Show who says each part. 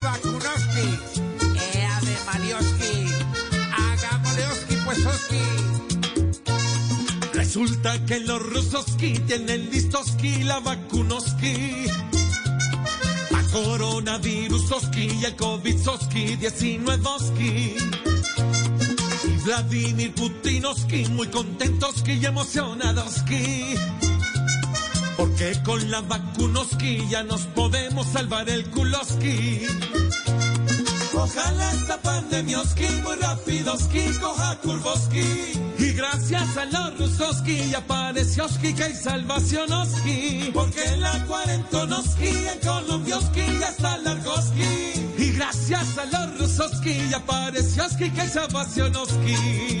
Speaker 1: Vacunoski, eh, Ave Marioski, Agamoleoski, pues oski.
Speaker 2: Resulta que los rusoski tienen listoski la vacunoski. A coronavirusoski y el covidsoski, 19oski. Y Vladimir Putinoski, muy contentoski y emocionadoski. Porque con la vacunoski ya nos podemos salvar el culoski. Ojalá esta pandemioski muy rapidoski coja curvoski. Y gracias a los rusoski aparecioski que hay salvacionoski. Porque la cuarentonoski en colombioski ya está largoski. Y gracias a los rusoski aparecioski que hay salvacionoski.